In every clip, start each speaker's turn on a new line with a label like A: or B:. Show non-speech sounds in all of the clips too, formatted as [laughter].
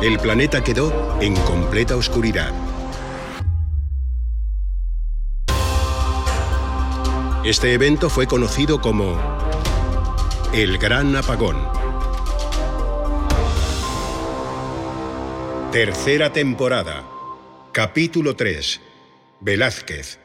A: El planeta quedó en completa oscuridad. Este evento fue conocido como el Gran Apagón. Tercera temporada, capítulo 3, Velázquez.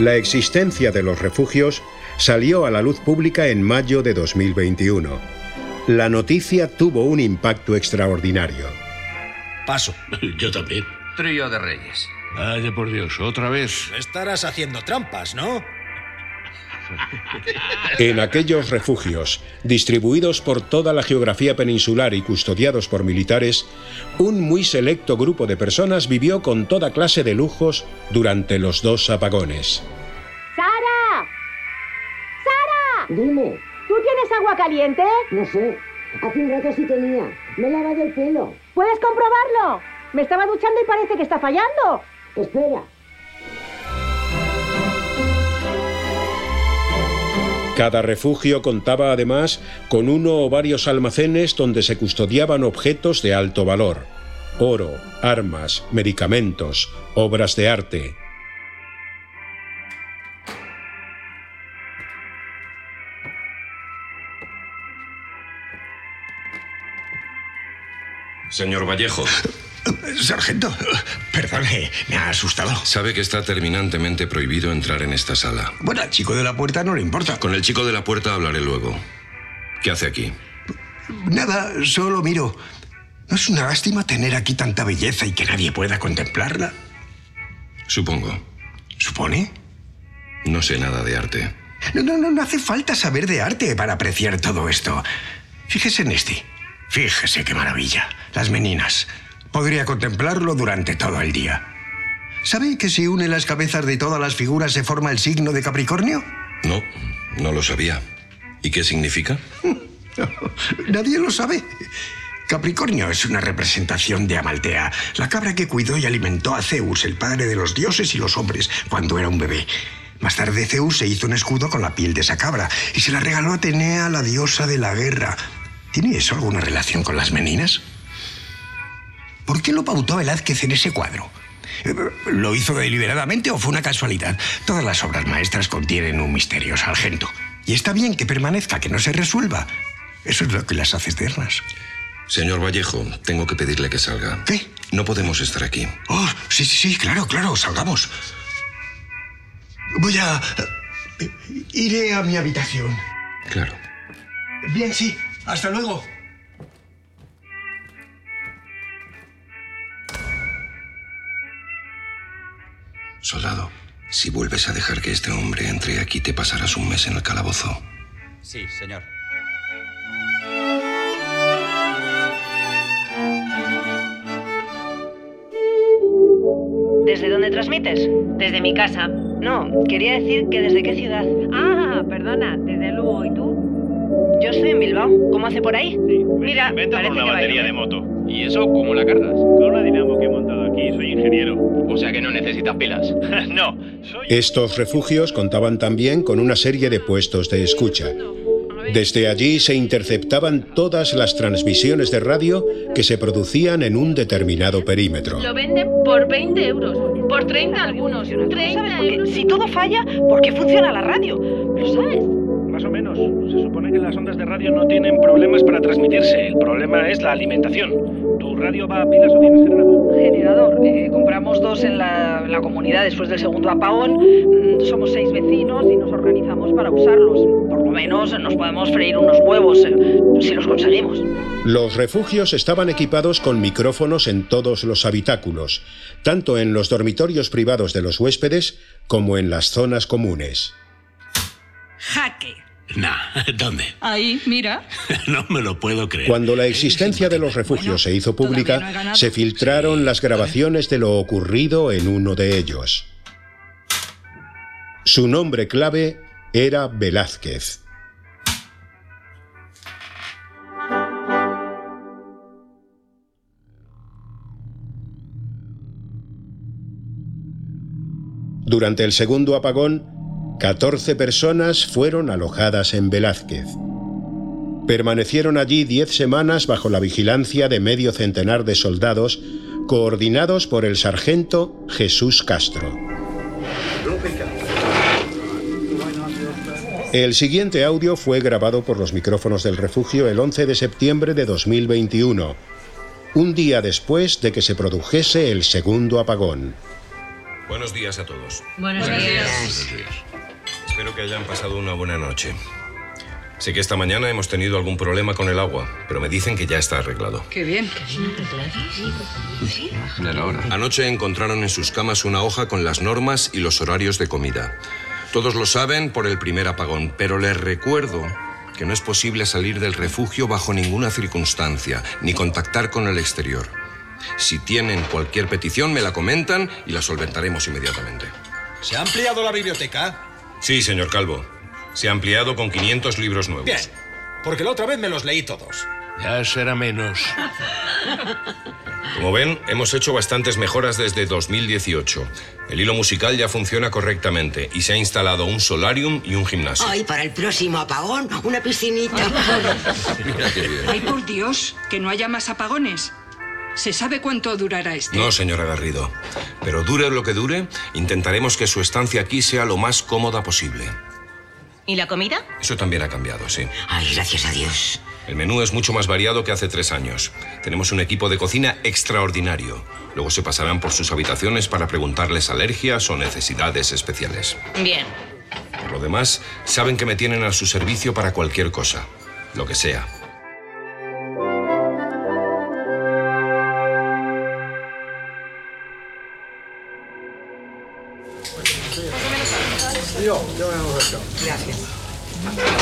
A: La existencia de los refugios salió a la luz pública en mayo de 2021. La noticia tuvo un impacto extraordinario.
B: Paso.
C: [clears throat]
D: Yo también.
E: Trío de Reyes.
D: Vaya por Dios, otra vez.
B: Estarás haciendo trampas, ¿no?
A: En aquellos refugios, distribuidos por toda la geografía peninsular y custodiados por militares, un muy selecto grupo de personas vivió con toda clase de lujos durante los dos apagones.
F: ¡Sara! ¡Sara!
G: Dime,
F: ¿Tú tienes agua caliente?
G: no sé. Hace un rato sí tenía. Me he lavado el pelo.
F: ¿Puedes comprobarlo? Me estaba duchando y parece que está fallando.
G: Espera.
A: Cada refugio contaba además con uno o varios almacenes donde se custodiaban objetos de alto valor. Oro, armas, medicamentos, obras de arte.
C: Señor Vallejo,
H: Sargento, perdone, me ha asustado.
C: sabe que está terminantemente prohibido entrar en esta sala.
H: Bueno, al chico de la puerta no le importa.
C: Con el chico de la puerta hablaré luego. ¿Qué hace aquí?
H: Nada, solo miro. ¿No es una lástima tener aquí tanta belleza y que nadie pueda contemplarla?
C: Supongo.
H: ¿Supone?
C: No sé nada de arte.
H: No, no, no, no hace falta saber de arte para apreciar todo esto. Fíjese en este. Fíjese qué maravilla. Las meninas. Podría contemplarlo durante todo el día. ¿Sabe que si une las cabezas de todas las figuras se forma el signo de Capricornio?
C: No, no lo sabía. ¿Y qué significa?
H: [laughs] Nadie lo sabe. Capricornio es una representación de Amaltea, la cabra que cuidó y alimentó a Zeus, el padre de los dioses y los hombres, cuando era un bebé. Más tarde Zeus se hizo un escudo con la piel de esa cabra y se la regaló a Atenea, la diosa de la guerra. ¿Tiene eso alguna relación con las meninas? ¿Por qué lo pautó Velázquez en ese cuadro? Eh, ¿Lo hizo deliberadamente o fue una casualidad? Todas las obras maestras contienen un misterio, sargento. Y está bien que permanezca, que no se resuelva. Eso es lo que las hace eternas.
C: Señor Vallejo, tengo que pedirle que salga.
H: ¿Qué?
C: No podemos estar aquí.
H: Oh, sí, sí, sí, claro, claro, salgamos. Voy a... eh, Iré a mi habitación.
C: Claro.
H: Bien, sí. Hasta luego.
C: Soldado, si vuelves a dejar que este hombre entre aquí, te pasarás un mes en el calabozo.
E: Sí, señor.
I: ¿Desde dónde transmites?
J: Desde mi casa.
I: No, quería decir que desde qué ciudad.
J: Ah, perdona, desde Lugo. ¿Y tú?
I: Yo estoy en Bilbao. ¿Cómo hace por ahí?
J: Mira, parece que va a llover.
K: moto. ¿Y eso cómo la cargas? Con una dinamo que he montado aquí, soy ingeniero. O sea que no necesitas pilas. [laughs] no, soy...
A: Estos refugios contaban también con una serie de puestos de escucha. Desde allí se interceptaban todas las transmisiones de radio que se producían en un determinado perímetro.
J: Lo venden por 20 euros. Por 30 algunos.
I: ¿Sabes
J: 30
I: por qué?
J: euros.
I: Si todo falla, ¿por qué funciona la radio?
J: ¿Lo sabes?
K: Más o menos. Se supone que las ondas de radio no tienen problemas para transmitirse. El problema es la alimentación. ¿Tu radio va a pilas o tienes generador?
I: Generador. eh, compramos dos en la, en la comunidad después del segundo apagón. Mm, somos seis vecinos y nos organizamos para usarlos. Por lo menos nos podemos freír unos huevos eh, si los conseguimos.
A: Los refugios estaban equipados con micrófonos en todos los habitáculos, tanto en los dormitorios privados de los huéspedes como en las zonas comunes.
L: Jaque.
D: Nah, ¿dónde?
L: Ahí, mira.
D: [laughs] No me lo puedo creer.
A: Cuando la existencia de los refugios se hizo pública, se filtraron las grabaciones de lo ocurrido en uno de ellos. Su nombre clave era Velázquez. Durante el segundo apagón, 14 personas fueron alojadas en Velázquez. Permanecieron allí 10 semanas bajo la vigilancia de medio centenar de soldados coordinados por el sargento Jesús Castro. El siguiente audio fue grabado por los micrófonos del refugio el 11 de septiembre de 2021, un día después de que se produjese el segundo apagón.
M: Buenos días a todos.
N: Buenos, días.
M: Buenos días. Espero que hayan pasado una buena noche. Sé que esta mañana hemos tenido algún problema con el agua, pero me dicen que ya está arreglado.
N: Qué bien.
M: Anoche encontraron en sus camas una hoja con las normas y los horarios de comida. Todos lo saben por el primer apagón, pero les recuerdo que no es posible salir del refugio bajo ninguna circunstancia, ni contactar con el exterior. Si tienen cualquier petición, me la comentan y la solventaremos inmediatamente.
B: ¿Se ha ampliado la biblioteca?
M: Sí, señor Calvo. Se ha ampliado con 500 libros nuevos.
B: Bien, porque la otra vez me los leí todos.
D: Ya será menos.
M: Como ven, hemos hecho bastantes mejoras desde 2018. El hilo musical ya funciona correctamente y se ha instalado un solarium y un gimnasio.
O: Ay, para el próximo apagón, una piscinita.
M: Mira qué bien.
L: Ay, por Dios, que no haya más apagones. ¿Se sabe cuánto durará este?
M: No, señora Garrido. Pero dure lo que dure, intentaremos que su estancia aquí sea lo más cómoda posible.
N: ¿Y la comida?
M: Eso también ha cambiado, sí.
O: Ay, gracias a Dios.
M: El menú es mucho más variado que hace tres años. Tenemos un equipo de cocina extraordinario. Luego se pasarán por sus habitaciones para preguntarles alergias o necesidades especiales.
N: Bien.
M: Por lo demás, saben que me tienen a su servicio para cualquier cosa, lo que sea.
O: Gracias.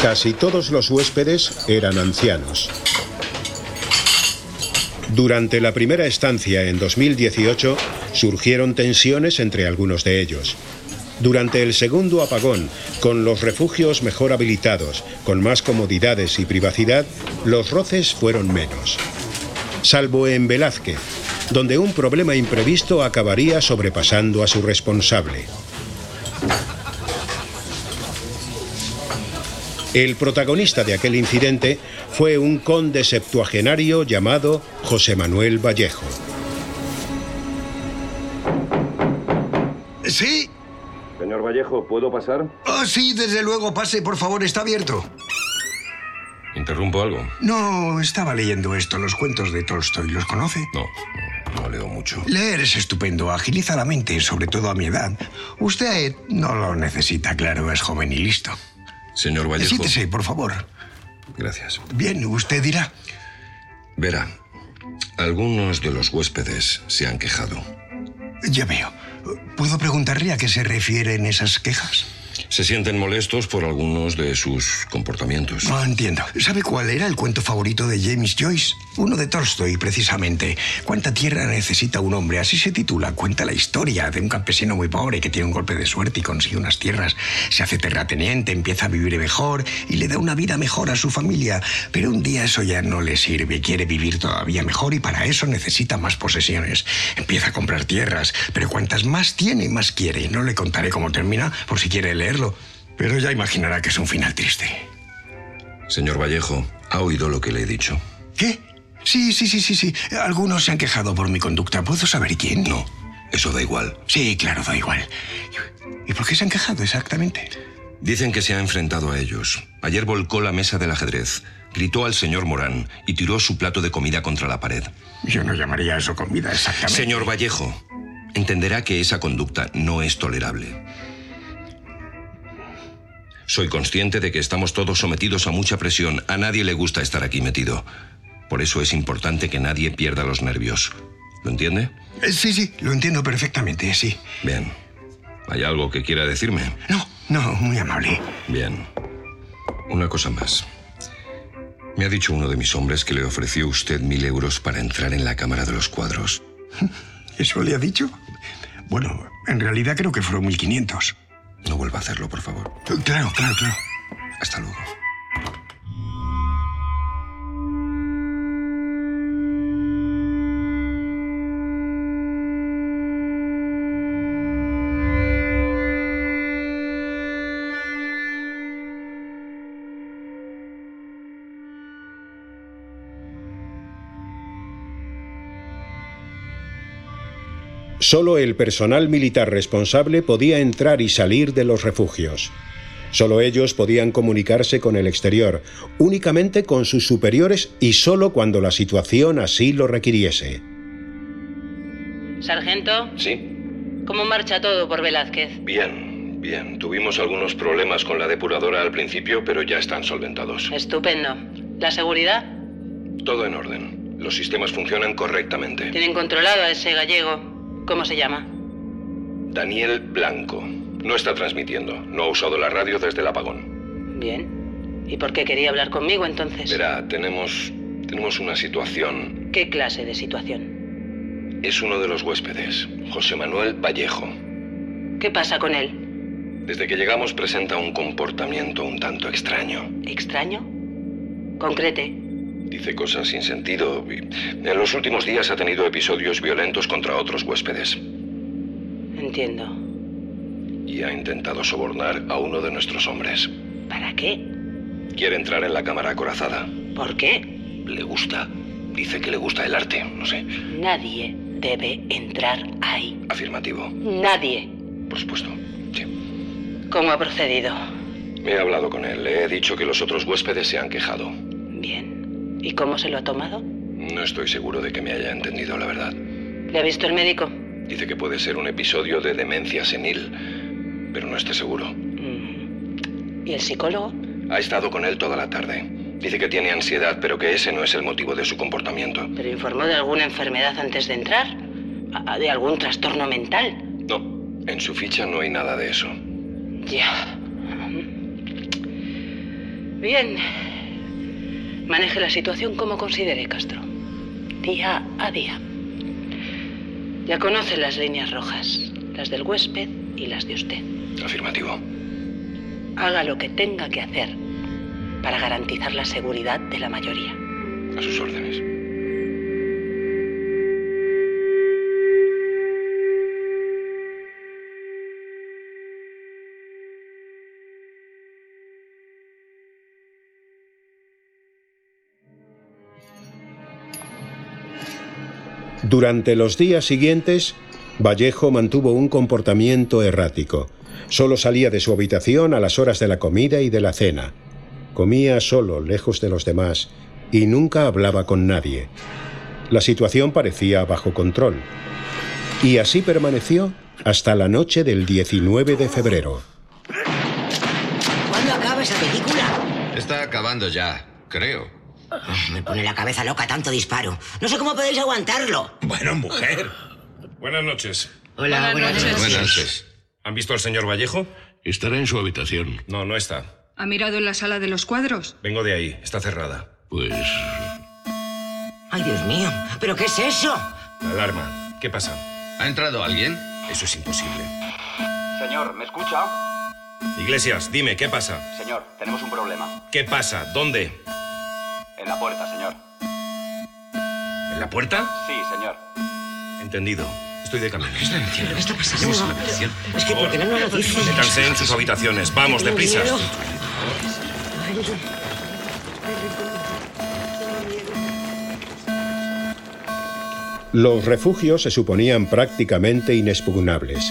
A: Casi todos los huéspedes eran ancianos. Durante la primera estancia en 2018 surgieron tensiones entre algunos de ellos. Durante el segundo apagón, con los refugios mejor habilitados, con más comodidades y privacidad, los roces fueron menos. Salvo en Velázquez, donde un problema imprevisto acabaría sobrepasando a su responsable. El protagonista de aquel incidente fue un conde septuagenario llamado José Manuel Vallejo.
H: ¿Sí?
P: Señor Vallejo, ¿puedo pasar?
H: Oh, sí, desde luego, pase, por favor, está abierto.
M: ¿Interrumpo algo?
H: No, estaba leyendo esto, los cuentos de Tolstoy, ¿los conoce?
M: No, no, no leo mucho.
H: Leer es estupendo, agiliza la mente, sobre todo a mi edad. Usted no lo necesita, claro, es joven y listo.
M: Señor Vallejo.
H: Siéntese, por favor.
M: Gracias.
H: Bien, usted dirá.
M: Verá, algunos de los huéspedes se han quejado.
H: Ya veo. ¿Puedo preguntarle a qué se refieren esas quejas?
M: Se sienten molestos por algunos de sus comportamientos.
H: No Ah, entiendo. ¿Sabe cuál era el cuento favorito de James Joyce? Uno de Tolstoy, precisamente. ¿Cuánta tierra necesita un hombre? Así se titula. Cuenta la historia de un campesino muy pobre que tiene un golpe de suerte y consigue unas tierras. Se hace terrateniente, empieza a vivir mejor y le da una vida mejor a su familia. Pero un día eso ya no le sirve. Quiere vivir todavía mejor y para eso necesita más posesiones. Empieza a comprar tierras, pero cuantas más tiene, más quiere. No le contaré cómo termina por si quiere leer pero ya imaginará que es un final triste.
M: Señor Vallejo, ¿ha oído lo que le he dicho?
H: ¿Qué? Sí, sí, sí, sí, sí. Algunos se han quejado por mi conducta. ¿Puedo saber quién?
M: No, eso da igual.
H: Sí, claro, da igual. ¿Y por qué se han quejado exactamente?
M: Dicen que se ha enfrentado a ellos. Ayer volcó la mesa del ajedrez, gritó al señor Morán y tiró su plato de comida contra la pared.
H: Yo no llamaría eso comida exactamente.
M: Señor Vallejo, entenderá que esa conducta no es tolerable. Soy consciente de que estamos todos sometidos a mucha presión. A nadie le gusta estar aquí metido. Por eso es importante que nadie pierda los nervios. ¿Lo entiende?
H: Eh, Sí, sí, lo entiendo perfectamente, sí.
M: Bien. ¿Hay algo que quiera decirme?
H: No, no, muy amable.
M: Bien. Una cosa más. Me ha dicho uno de mis hombres que le ofreció usted mil euros para entrar en la Cámara de los Cuadros.
H: ¿Eso le ha dicho? Bueno, en realidad creo que fueron 1500.
M: No vuelva a hacerlo, por favor.
H: Claro, claro, claro.
M: Hasta luego.
A: Solo el personal militar responsable podía entrar y salir de los refugios. Solo ellos podían comunicarse con el exterior, únicamente con sus superiores y solo cuando la situación así lo requiriese.
N: Sargento,
M: Sí,
N: ¿cómo marcha todo por Velázquez?
M: bien, bien. Tuvimos algunos problemas con la depuradora al principio, pero ya están solventados.
N: Estupendo. ¿La seguridad?
M: Todo en orden. Los sistemas funcionan correctamente.
N: Tienen controlado a ese gallego. ¿Cómo se llama?
M: Daniel Blanco. No está transmitiendo. No ha usado la radio desde el apagón.
N: Bien. ¿Y por qué quería hablar conmigo entonces?
M: Verá, tenemos. Tenemos una situación.
N: ¿Qué clase de situación?
M: Es uno de los huéspedes, José Manuel Vallejo.
N: ¿Qué pasa con él?
M: Desde que llegamos presenta un comportamiento un tanto extraño.
N: ¿Extraño? Concrete.
M: Dice cosas sin sentido y en los últimos días ha tenido episodios violentos contra otros huéspedes
N: Entiendo.
M: y ha intentado sobornar a uno de nuestros hombres.
N: ¿Para qué?
M: Quiere entrar en la cámara acorazada.
N: ¿Por qué?
M: Le gusta. Dice que le gusta el arte, no sé.
N: Nadie debe entrar ahí.
M: Afirmativo,
N: Nadie.
M: por supuesto.
N: ¿Cómo ha procedido?
M: Me he hablado con él, le he dicho que los otros huéspedes se han quejado.
N: Bien. ¿Y cómo se lo ha tomado?
M: No estoy seguro de que me haya entendido, la verdad.
N: ¿Le ha visto el médico?
M: Dice que puede ser un episodio de demencia senil, pero no está seguro.
N: Mm. ¿Y el psicólogo?
M: Ha estado con él toda la tarde. Dice que tiene ansiedad, pero que ese no es el motivo de su comportamiento.
N: ¿Pero informó de alguna enfermedad antes de entrar? ¿A- ¿De algún trastorno mental?
M: En su ficha no hay nada de eso.
N: Ya. Bien. Maneje la situación como considere, Castro. Día a día. Ya conoce las líneas rojas, las del huésped y las de usted.
M: Afirmativo.
N: Haga lo que tenga que hacer para garantizar la seguridad de la mayoría.
M: A sus órdenes.
A: Durante los días siguientes, Vallejo mantuvo un comportamiento errático. Solo salía de su habitación a las horas de la comida y de la cena. Comía solo, lejos de los demás, y nunca hablaba con nadie. La situación parecía bajo control. Y así permaneció hasta la noche del 19 de febrero.
O: ¿Cuándo acaba esa película?
E: Está acabando ya, creo.
O: Me pone la cabeza loca tanto disparo. No sé cómo podéis aguantarlo.
E: Bueno, mujer.
Q: Buenas noches.
O: Hola, buenas noches.
Q: Buenas noches. ¿Han visto al señor Vallejo?
D: Estará en su habitación.
Q: No, no está.
L: ¿Ha mirado en la sala de los cuadros?
Q: Vengo de ahí. Está cerrada.
D: Pues.
O: Ay, Dios mío. ¿Pero qué es eso?
Q: La alarma. ¿Qué pasa?
E: ¿Ha entrado alguien?
Q: Eso es imposible.
R: Señor, ¿me escucha?
Q: Iglesias, dime, ¿qué pasa?
R: Señor, tenemos un problema.
Q: ¿Qué pasa? ¿Dónde?
R: En la puerta, señor.
Q: ¿En la puerta?
R: Sí, señor.
Q: Entendido. Estoy de camino.
O: ¿Qué está pasando? Es que porque no nos lo dicen.
Q: Métanse en sus habitaciones. Vamos,
O: Tengo
Q: deprisa.
O: miedo.
A: Los refugios se suponían prácticamente inexpugnables.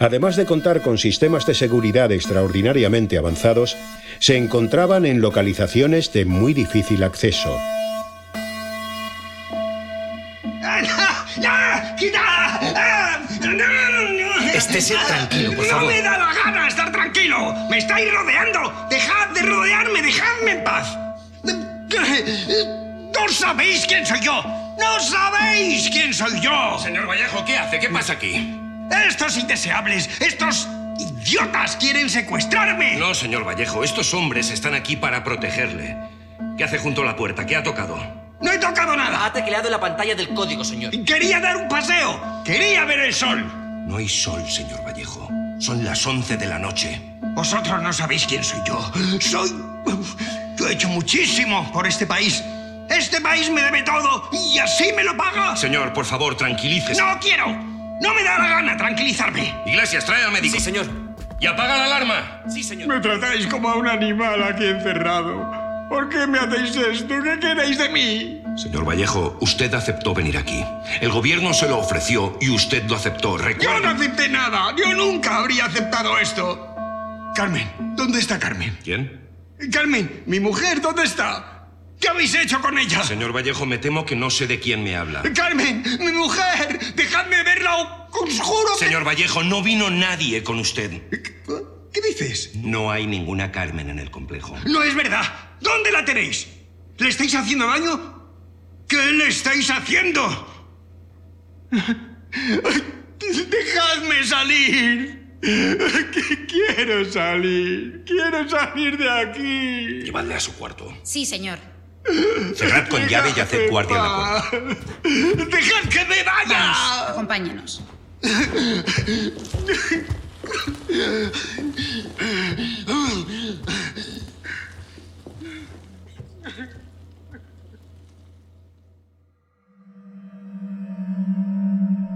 A: Además de contar con sistemas de seguridad extraordinariamente avanzados, se encontraban en localizaciones de muy difícil acceso.
H: ¡Ah! ¡Quita! ¡Ah! ¡No, no, no!
S: Estése Este, tranquilo, por
H: No
S: favor.
H: me da la gana estar tranquilo. ¡Tranquilo! ¡Me estáis rodeando! ¡Dejad de rodearme! ¡Dejadme en paz! ¡No sabéis quién soy yo! ¡No sabéis quién soy yo!
Q: Señor Vallejo, ¿qué hace? ¿Qué pasa aquí?
H: ¡Estos indeseables! ¡Estos idiotas quieren secuestrarme!
Q: No, señor Vallejo, estos hombres están aquí para protegerle. ¿Qué hace junto a la puerta? ¿Qué ha tocado?
H: ¡No he tocado nada!
S: Ha tecleado la pantalla del código, señor.
H: ¡Quería dar un paseo! ¡Quería ver el sol!
Q: No hay sol, señor Vallejo. Son las 11 de la noche.
H: Vosotros no sabéis quién soy yo. Soy... Yo he hecho muchísimo por este país. Este país me debe todo y así me lo paga.
Q: Señor, por favor, tranquilícese.
H: ¡No quiero! ¡No me da la gana tranquilizarme!
Q: Iglesias, trae al médico.
S: Sí, señor.
Q: ¡Y apaga la alarma!
S: Sí, señor.
T: Me tratáis como a un animal aquí encerrado. ¿Por qué me hacéis esto? ¿Qué queréis de mí?
M: Señor Vallejo, usted aceptó venir aquí. El gobierno se lo ofreció y usted lo aceptó.
H: Yo no acepté nada. Yo nunca habría aceptado esto. Carmen, ¿dónde está Carmen?
M: ¿Quién?
H: Carmen, mi mujer, ¿dónde está? ¿Qué habéis hecho con ella?
M: Señor Vallejo, me temo que no sé de quién me habla.
H: Carmen, mi mujer, dejadme verla, os juro.
M: Que... Señor Vallejo, no vino nadie con usted.
H: ¿Qué dices?
M: No hay ninguna Carmen en el complejo.
H: No es verdad. ¿Dónde la tenéis? ¿Le estáis haciendo daño? ¿Qué le estáis haciendo? Dejadme salir.
T: Que quiero salir. Quiero salir de aquí.
M: Llevadle a su cuarto.
U: Sí, señor.
M: Cerrad con llave y haced guardia en la puerta.
H: ¡Dejad que me vaya!
U: Vamos, acompáñenos.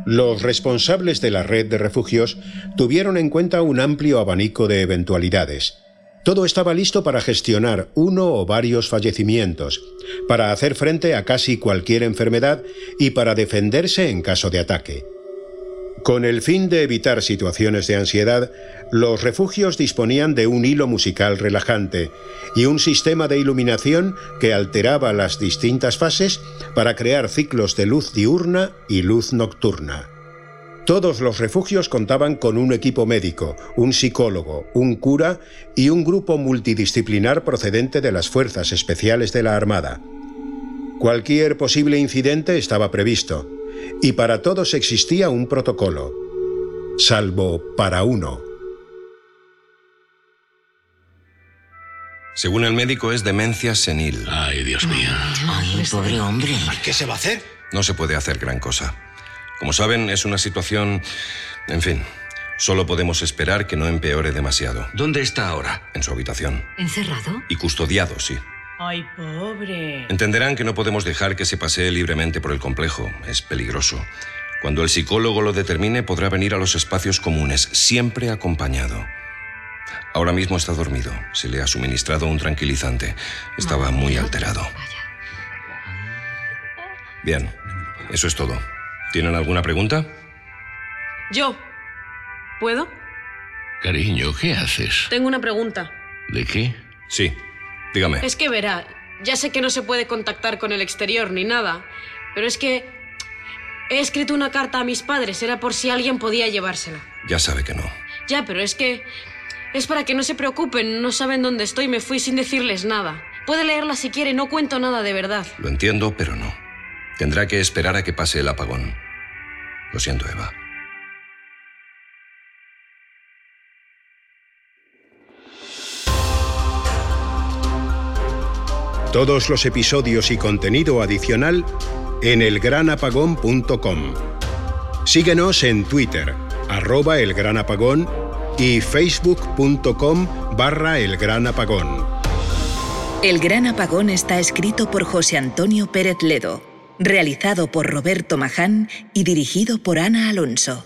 A: Los responsables de la red de refugios tuvieron en cuenta un amplio abanico de eventualidades. Todo estaba listo para gestionar uno o varios fallecimientos, para hacer frente a casi cualquier enfermedad y para defenderse en caso de ataque. Con el fin de evitar situaciones de ansiedad, los refugios disponían de un hilo musical relajante y un sistema de iluminación que alteraba las distintas fases para crear ciclos de luz diurna y luz nocturna. Todos los refugios contaban con un equipo médico, un psicólogo, un cura y un grupo multidisciplinar procedente de las Fuerzas Especiales de la Armada. Cualquier posible incidente estaba previsto, y para todos existía un protocolo, salvo para uno.
M: Según el médico es demencia senil.
D: Ay, Dios mío.
O: Ay, pobre hombre.
B: ¿Qué se va a hacer?
M: No se puede hacer gran cosa. Como saben, es una situación... En fin, solo podemos esperar que no empeore demasiado.
Q: ¿Dónde está ahora?
M: En su habitación.
V: ¿Encerrado?
M: Y custodiado, sí.
V: Ay, pobre.
M: Entenderán que no podemos dejar que se pasee libremente por el complejo. Es peligroso. Cuando el psicólogo lo determine, podrá venir a los espacios comunes, siempre acompañado. Ahora mismo está dormido. Se le ha suministrado un tranquilizante. Estaba muy alterado. Bien, eso es todo. ¿Tienen alguna pregunta?
W: Yo. ¿Puedo?
D: Cariño, ¿qué haces?
W: Tengo una pregunta.
D: ¿De qué?
M: Sí, Dígame.
W: Es que verá, ya sé que no se puede contactar con el exterior ni nada, pero es que he escrito una carta a mis padres, era por si alguien podía llevársela.
M: Ya sabe que no.
W: Ya, pero es que es para que no se preocupen, no saben dónde estoy, me fui sin decirles nada. Puede leerla si quiere, no cuento nada de verdad.
M: Lo entiendo, pero no. Tendrá que esperar a que pase el apagón. Lo siento, Eva.
A: Todos los episodios y contenido adicional en elgranapagón.com. Síguenos en Twitter, arroba elgranapagón y facebook.com barra elgranapagón.
X: El Gran Apagón está escrito por José Antonio Pérez Ledo, realizado por Roberto Maján y dirigido por Ana Alonso.